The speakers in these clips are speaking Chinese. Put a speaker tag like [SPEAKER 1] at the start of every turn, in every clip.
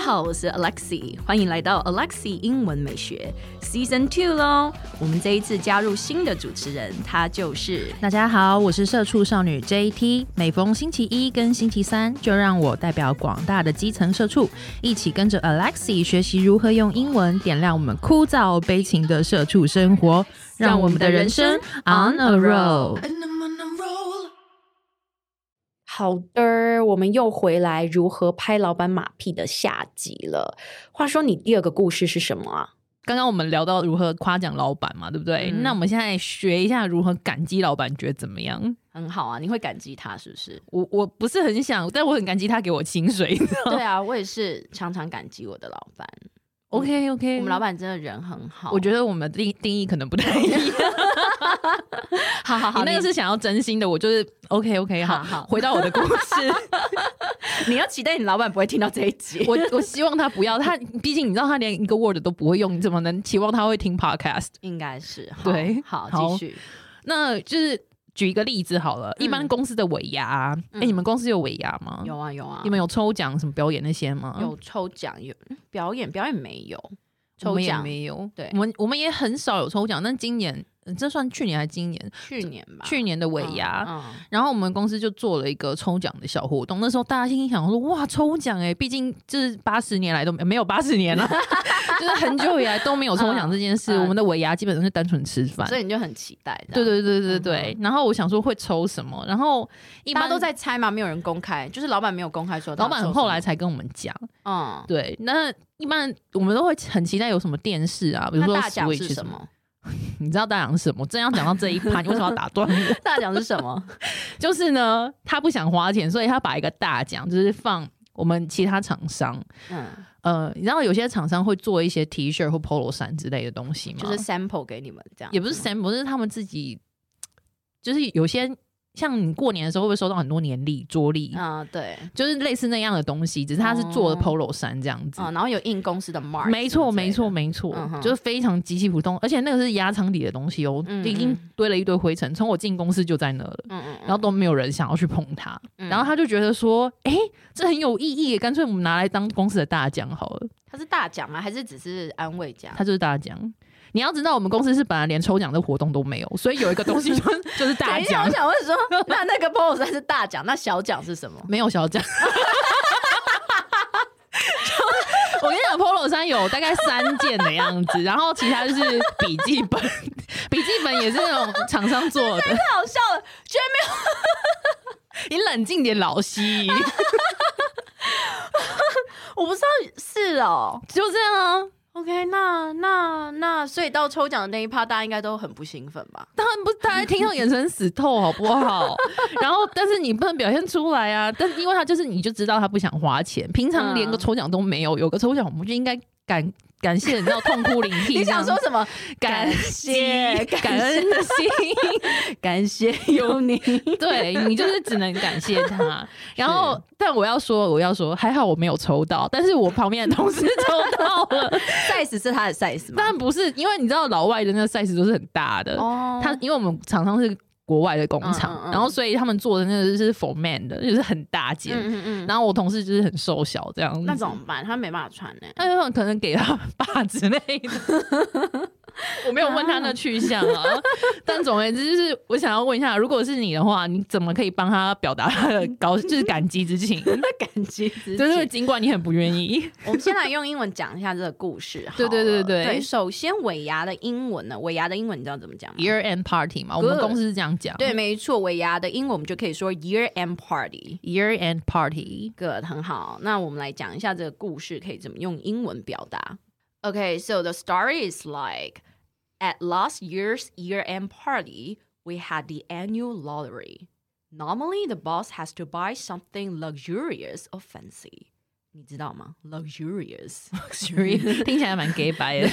[SPEAKER 1] 好，我是 Alexi，欢迎来到 Alexi 英文美学 Season Two 喽。我们这一次加入新的主持人，他就是
[SPEAKER 2] 大家好，我是社畜少女 JT。每逢星期一跟星期三，就让我代表广大的基层社畜，一起跟着 Alexi 学习如何用英文点亮我们枯燥悲情的社畜生活，让我们的人生 on a roll。
[SPEAKER 3] 好的，我们又回来如何拍老板马屁的下集了。话说，你第二个故事是什么啊？
[SPEAKER 2] 刚刚我们聊到如何夸奖老板嘛，对不对？
[SPEAKER 1] 嗯
[SPEAKER 2] 那我们现在学一下如何感激老板，觉得怎么样？
[SPEAKER 1] 很好啊，你会感激他是不 是？
[SPEAKER 2] 我我不是很想，但我很感激他给我薪 水。
[SPEAKER 1] 对啊，我也是常常感激我的老板。
[SPEAKER 2] OK OK，
[SPEAKER 1] 我们老板真的人很好，
[SPEAKER 2] 我觉得我们定定义可能不太一样。
[SPEAKER 1] 得 好好好，
[SPEAKER 2] 你那个
[SPEAKER 1] 你
[SPEAKER 2] 是想要真心的，我就是 OK OK 好，
[SPEAKER 1] 好好
[SPEAKER 2] 回到我的故 事，
[SPEAKER 1] 你要期待你老板不会听到这一集。
[SPEAKER 2] 我我希望他不要他，毕竟你知道他连一个 Word 都不会用，你怎么能期望他会听 Podcast？
[SPEAKER 1] 应该是好
[SPEAKER 2] 对
[SPEAKER 1] 好
[SPEAKER 2] 好
[SPEAKER 1] 继续。
[SPEAKER 2] 那就是举一个例子好了，一般公司的尾牙啊，哎、
[SPEAKER 1] 嗯
[SPEAKER 2] 你们公司有尾牙吗？
[SPEAKER 1] 有啊有啊，
[SPEAKER 2] 你们有抽奖什么表演那些吗？
[SPEAKER 1] 有抽奖有嗯表演，表演没有
[SPEAKER 2] 我
[SPEAKER 1] 抽
[SPEAKER 2] 们也
[SPEAKER 1] 奖，
[SPEAKER 2] 没有？
[SPEAKER 1] 对
[SPEAKER 2] 我们我们也很少有抽奖，但今年呃这算去年还是今年？
[SPEAKER 1] 去年吧，
[SPEAKER 2] 去年的尾牙，
[SPEAKER 1] 嗯
[SPEAKER 2] 然后我们公司就做了一个抽奖的小活动，那时候大家心里想说：“哇，抽奖哎、毕竟就是八十年来都没没有八十年了， 就是很久以来都没有抽奖这件事。
[SPEAKER 1] 嗯嗯
[SPEAKER 2] 我们的尾牙基本上是单纯吃饭。
[SPEAKER 1] 所以你就很期待，
[SPEAKER 2] 对。对对对对。
[SPEAKER 1] 嗯
[SPEAKER 2] 然后我想说会抽什么，然后一
[SPEAKER 1] 大家
[SPEAKER 2] 般
[SPEAKER 1] 都在猜嘛，没有人公开，就是老板没有公开说他
[SPEAKER 2] 老
[SPEAKER 1] 要抽什么。
[SPEAKER 2] 板后来才跟我们讲。
[SPEAKER 1] 嗯，
[SPEAKER 2] 对，那一般我们都会很期待有什么电视啊，比如
[SPEAKER 1] 那
[SPEAKER 2] 说
[SPEAKER 1] 大奖
[SPEAKER 2] Switch
[SPEAKER 1] 是
[SPEAKER 2] 什
[SPEAKER 1] 什
[SPEAKER 2] 么。
[SPEAKER 1] 么？
[SPEAKER 2] 你知道大奖是什么？正要讲到这一趴，你为什么要打断我？
[SPEAKER 1] 大奖是什么？
[SPEAKER 2] 就是呢，他不想花钱，所以他把一个大奖就是放我们其他厂商。
[SPEAKER 1] 嗯，
[SPEAKER 2] 呃，你知道有些厂商会做一些 T 恤或 Polo 衫之类的东西吗？
[SPEAKER 1] 就是 sample 给你们这样，
[SPEAKER 2] 哦也不是 sample，就是他们自己，就是有些像你过年的时候会不会收到很多年历、桌历，
[SPEAKER 1] 嗯，哦对，
[SPEAKER 2] 就是类似那样的东西，只是他是做的 Polo 衫这样子。
[SPEAKER 1] 嗯，然后有印公司的 mark，
[SPEAKER 2] 没错，
[SPEAKER 1] 什么之类
[SPEAKER 2] 没
[SPEAKER 1] 的
[SPEAKER 2] 错，，没错，
[SPEAKER 1] 嗯哼
[SPEAKER 2] 就是非常极其普通，而且那个是压舱底的东西哦，
[SPEAKER 1] 嗯嗯
[SPEAKER 2] 已经堆了一堆灰尘，从我进公司就在那了，
[SPEAKER 1] 嗯嗯，
[SPEAKER 2] 然后都没有人想要去碰它。
[SPEAKER 1] 嗯
[SPEAKER 2] 然后他就觉得说，哎、这很有意义耶，干脆我们拿来当公司的大奖好了。
[SPEAKER 1] 他是大奖吗？还是只是安慰奖？
[SPEAKER 2] 他就是大奖。你要知道，我们公司是本来连抽奖的活动都没有，所以有一个东西就是 就是大
[SPEAKER 1] 等一下
[SPEAKER 2] 奖
[SPEAKER 1] 我，想问 说，那那个 pose 是大奖，那小奖是什么？
[SPEAKER 2] 没有小奖。我跟你讲，Polo 衫有大概三件的样子，然后其他就是笔记 本，笔记本也是那种厂商做的。
[SPEAKER 1] 太好笑了，居然
[SPEAKER 2] 你冷静点，老西，
[SPEAKER 1] 没有，我不知道是哦。
[SPEAKER 2] 就这样啊。
[SPEAKER 1] OK，那那那，所以到抽奖的那一趴，大家应该都很不兴奋吧？
[SPEAKER 2] 当然不，大家听到眼神死透，好不好？然后，但是你不能表现出来啊！但是因为他就是，你就知道他不想花钱，平常连个抽奖都没有，有个抽奖我们就应该感感谢，你知道痛哭啊淋涕。
[SPEAKER 1] 你想说什么？
[SPEAKER 2] 感
[SPEAKER 1] 谢
[SPEAKER 2] 激
[SPEAKER 1] 感
[SPEAKER 2] 感恩的心，
[SPEAKER 1] 感谢 有你，
[SPEAKER 2] 对你 就是只能感谢他。然后，但我要说，我要说，还好我没有抽到，但是我旁边的同事抽到 了。
[SPEAKER 1] size 是他的 size 吗？
[SPEAKER 2] 但不是，因为你知道老外的那个 size 都是很大的，
[SPEAKER 1] 哦
[SPEAKER 2] 他因为我们厂商是国外的工厂，
[SPEAKER 1] 嗯嗯嗯
[SPEAKER 2] 然后所以他们做的那个就是 for man 的，就是很大件。
[SPEAKER 1] 嗯嗯嗯，
[SPEAKER 2] 然后我同事就是很瘦小这样子，
[SPEAKER 1] 那怎么办？他没办法穿呢、
[SPEAKER 2] 他有可能给他 爸之类的。 我没有问他那去向啊，但总而言之，就是我想要问一下，如果是你的话，你怎么可以帮他表达他的高，就是感激之 情？
[SPEAKER 1] 感激之
[SPEAKER 2] 就
[SPEAKER 1] 情
[SPEAKER 2] 是尽管你很不愿意，
[SPEAKER 1] 我们先来用英文讲一下这个故事好了。
[SPEAKER 2] 对对对对
[SPEAKER 1] 对，首先尾牙的英文呢，尾牙的英文你知道怎么讲吗
[SPEAKER 2] year end party 嘛，我们
[SPEAKER 1] Good
[SPEAKER 2] 公司是这样讲，
[SPEAKER 1] 对，没错，尾牙的英文我们就可以说 year end party。
[SPEAKER 2] ，year end party。
[SPEAKER 1] Good，很好。那我们来讲一下这个故事可以怎么用英文表达。Okay, so the story is like at last year's year-end party, we had the annual lottery. Normally, the boss has to buy something luxurious or fancy. 你知道吗？Luxurious
[SPEAKER 2] 听起来蛮 gay 白 的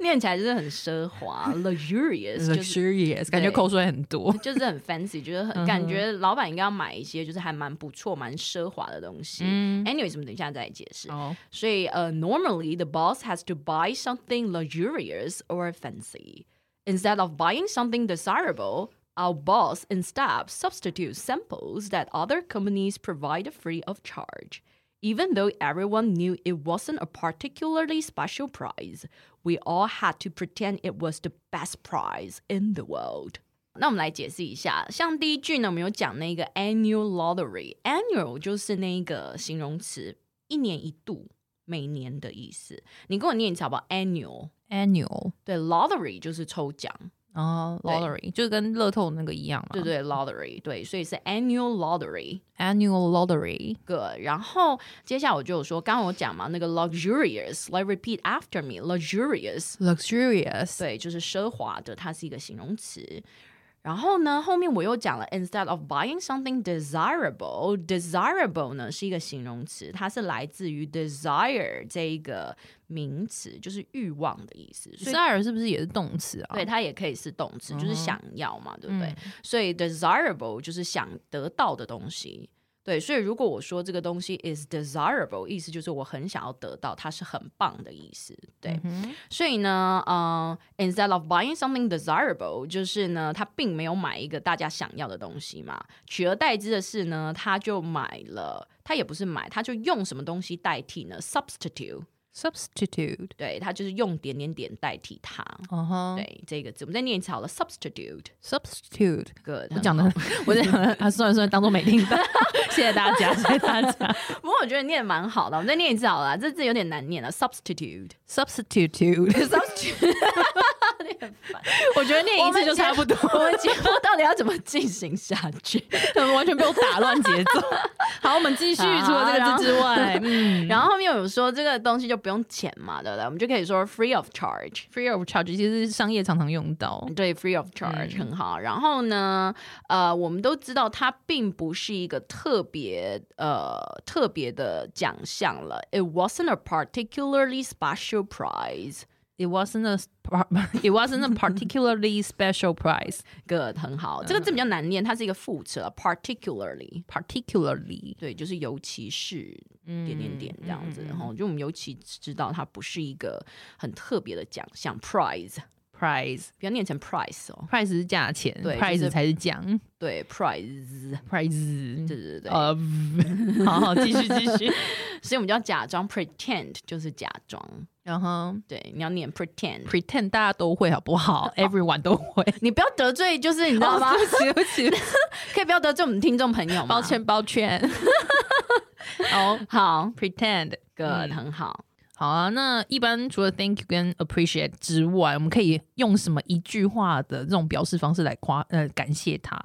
[SPEAKER 1] 念起来就是很奢华，luxurious 就是
[SPEAKER 2] ，luxurious，感觉口水很 多。
[SPEAKER 1] 就是很 fancy，就是
[SPEAKER 2] 嗯
[SPEAKER 1] 很
[SPEAKER 2] 哼
[SPEAKER 1] 感觉老板应该要买一些就是还蛮不错、蛮奢华的东西。
[SPEAKER 2] 嗯
[SPEAKER 1] Anyways，我们等一下再来解释。
[SPEAKER 2] 哦，
[SPEAKER 1] 所以呃、n o r m a l l y the boss has to buy something luxurious or fancy instead of buying something desirable. Our boss and staff substitute samples that other companies provide free of charge. Even though everyone knew it wasn't a particularly special prize, we all had to pretend it was the best prize in the world. 那我们来解释一下，像第一句呢，我们有讲那个 annual lottery，annual 就是那个形容词，一年一度，每年的意思。你跟我念一次好不好？annual，
[SPEAKER 2] annual
[SPEAKER 1] 对，lottery 就是抽奖，
[SPEAKER 2] 哦
[SPEAKER 1] 对
[SPEAKER 2] ，lottery 就跟乐透那个一样嘛，
[SPEAKER 1] 对对，lottery，对，所以是 annual lottery。
[SPEAKER 2] ，annual lottery
[SPEAKER 1] 个，然后接下来我就有说，刚刚我讲嘛，那个 luxurious，来 repeat after me，luxurious，
[SPEAKER 2] luxurious
[SPEAKER 1] 对，就是奢华的，它是一个形容词。然后呢，后面我又讲了，instead of buying something desirable，desirable 呢是一个形容词，它是来自于 desire 这一个名词，就是欲望的意思。所以
[SPEAKER 2] desire 是不是也是动词啊？
[SPEAKER 1] 对，它也可以是动词，就是想要嘛，对不对？
[SPEAKER 2] 嗯
[SPEAKER 1] 所以 desirable 就是想得到的东西。对，所以如果我说这个东西 is desirable，意思就是我很想要得到，它是很棒的意思。对，所以呢，嗯、i n s t e a d of buying something desirable，就是呢，他并没有买一个大家想要的东西嘛，取而代之的是呢，他就买了，他也不是买，他就用什么东西代替呢？substitute，
[SPEAKER 2] ，substitute
[SPEAKER 1] 对，他就是用点点点代替它。
[SPEAKER 2] 嗯哼
[SPEAKER 1] 对这个字，我们再念一次好了，substitute。
[SPEAKER 2] ，substitute。
[SPEAKER 1] Good，
[SPEAKER 2] 我讲的，我在讲的啊，算了算了，当做没听到。 谢谢大家，谢谢大家。
[SPEAKER 1] 不 过我觉得念得蛮好的，我们再念一次好了，这字有点难念了，substitute。啊
[SPEAKER 2] Substitute，我觉得念一次就差不多，
[SPEAKER 1] 我们节目到底要怎么进行下 去？
[SPEAKER 2] 完全被我打乱节 奏。好，我们继续，
[SPEAKER 1] 好
[SPEAKER 2] 除了这个字之外，嗯
[SPEAKER 1] 然后后面有说这个东西就不用钱嘛，对不对？我们就可以说 free of charge。
[SPEAKER 2] ，free of charge 其实是商业常常用到。
[SPEAKER 1] 对，free of charge、很好。然后呢，呃，我们都知道它并不是一个特别呃特别的奖项了。It wasn't a particularly special prize.
[SPEAKER 2] It wasn't a par- it wasn't a particularly special prize.
[SPEAKER 1] Good，很好。这个
[SPEAKER 2] 嗯
[SPEAKER 1] 字比较难念，它是一个副词了，particularly。
[SPEAKER 2] Particularly，
[SPEAKER 1] 对，就是尤其是点点
[SPEAKER 2] 嗯
[SPEAKER 1] 点这样子，然后就我们尤其知道它不是一个很特别的奖项，prize，
[SPEAKER 2] prize
[SPEAKER 1] 不要念成 price 哦，
[SPEAKER 2] prize 是价钱
[SPEAKER 1] 对就
[SPEAKER 2] ，prize
[SPEAKER 1] 是
[SPEAKER 2] 才是奖
[SPEAKER 1] 对，prize，
[SPEAKER 2] ，prize
[SPEAKER 1] 对对对，
[SPEAKER 2] of。好好，继续继续。
[SPEAKER 1] 所以我们就要假装 pretend，就是假装。
[SPEAKER 2] 然后
[SPEAKER 1] 对，你要念 pretend，
[SPEAKER 2] pretend 大家都会好 不好？Everyone 都会，
[SPEAKER 1] 你不要得罪，就是你知道吗？
[SPEAKER 2] 对不起，对不起，
[SPEAKER 1] 可以不要得罪我们听众朋友吗？
[SPEAKER 2] 哦 抱。歉抱歉。 好
[SPEAKER 1] 好
[SPEAKER 2] ，pretend
[SPEAKER 1] ，good，、很好。
[SPEAKER 2] 好啊。那一般除了 thank you 跟 appreciate 之外，我们可以用什么一句话的这种表示方式来夸呃感谢他？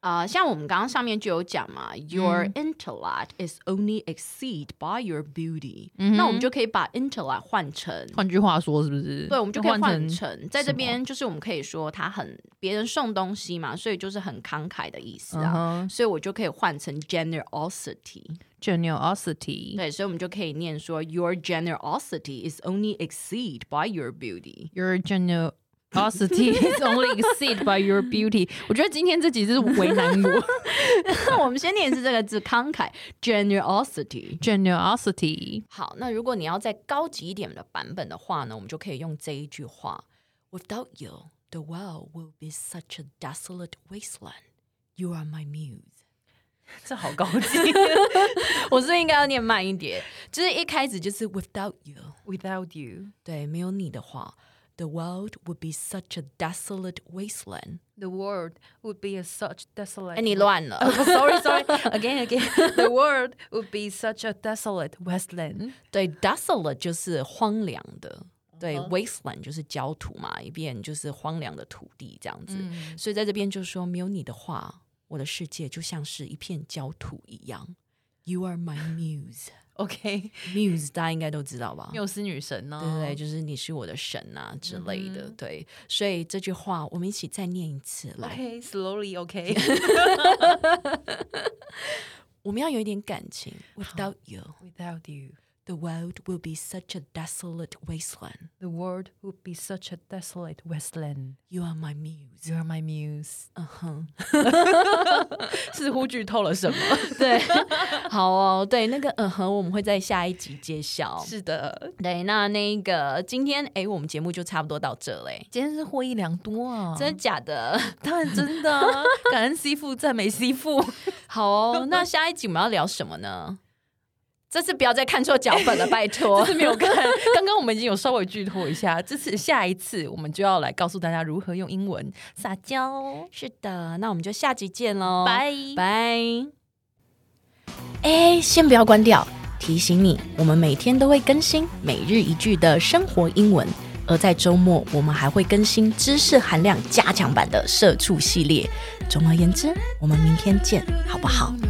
[SPEAKER 1] 啊、像我们刚刚上面就有讲嘛，your
[SPEAKER 2] 嗯
[SPEAKER 1] intellect is only exceed by your beauty，、那我们就可以把 intellect 换成。
[SPEAKER 2] 嗯换句话说，是不是？
[SPEAKER 1] 对，我们就可以换
[SPEAKER 2] 换成
[SPEAKER 1] 成在这边，就是我们可以说他很别人送东西嘛，所以就是很慷慨的意思啊
[SPEAKER 2] 嗯哼
[SPEAKER 1] 所以我就可以换成 generosity。
[SPEAKER 2] generosity。
[SPEAKER 1] 对，所以我们就可以念说，Your generosity is only exceed by your beauty。
[SPEAKER 2] Your generosity is only exceeded by your beauty。我觉得今天这集是为难 我。
[SPEAKER 1] 那我们先念是这个字，慷慨 generosity。
[SPEAKER 2] generosity
[SPEAKER 1] 好，那如果你要再高级一点的版本的话呢，我们就可以用这一句话：Without you, the world will be such a desolate wasteland. You are my muse。
[SPEAKER 2] 这好高级。
[SPEAKER 1] 我是不是应该要念慢一点，就是一开始就是 Without you，
[SPEAKER 2] Without you,
[SPEAKER 1] 对，没有你的话，the world would be such a desolate wasteland。
[SPEAKER 2] the world would be a such
[SPEAKER 1] 哎，
[SPEAKER 2] desolate.
[SPEAKER 1] 你乱了。
[SPEAKER 2] sorry, sorry. Again, again. The world would be such a desolate wasteland.
[SPEAKER 1] 对，desolate 就是荒凉的，对、w a s t e l a n d 就是焦土嘛，一片就是荒凉的土地这样子。所以在这边就说，没有你的话，我的世界就像是一片焦土一样。You are my muse，muse
[SPEAKER 2] OK，
[SPEAKER 1] 大家应该都知道吧？
[SPEAKER 2] 缪斯女神呢？
[SPEAKER 1] 对对对，就是你是我的神啊之类的。对，所以这句话我们一起再念一次来。
[SPEAKER 2] OK, slowly. OK.
[SPEAKER 1] 我们要有一点感情。Without you,
[SPEAKER 2] Without you,
[SPEAKER 1] the world will be such a desolate wasteland.
[SPEAKER 2] the world would be such a desolate wasteland.
[SPEAKER 1] You are my muse.
[SPEAKER 2] You're my muse.
[SPEAKER 1] 嗯哼。
[SPEAKER 2] 似乎剧透了什 么？
[SPEAKER 1] 对， 好哦，对，那个嗯哼，我们会在下一集揭晓。
[SPEAKER 2] 是的，
[SPEAKER 1] 对，那那个今天哎，我们节目就差不多到这嘞，
[SPEAKER 2] 今天是获益良多啊！
[SPEAKER 1] 真的假的？
[SPEAKER 2] 当然真的啊，感恩媳妇，赞美媳妇。
[SPEAKER 1] 好哦，那下一集我们要聊什么呢这次不要再看错脚 本了，拜
[SPEAKER 2] 这
[SPEAKER 1] 托
[SPEAKER 2] 次。没有看， 刚刚我们已经有稍微剧透一下，这次下一次我们就要来告诉大家如何用英文撒娇，
[SPEAKER 1] 是的，那我们就下集见喽，
[SPEAKER 2] 哦拜
[SPEAKER 1] 哦拜。哎，先不要关掉，提醒你，我们每天都会更新每日一句的生活英文，而在周末我们还会更新知识含量加强版的社畜系列。总而言之，我们明天见，好不好？
[SPEAKER 4] 好。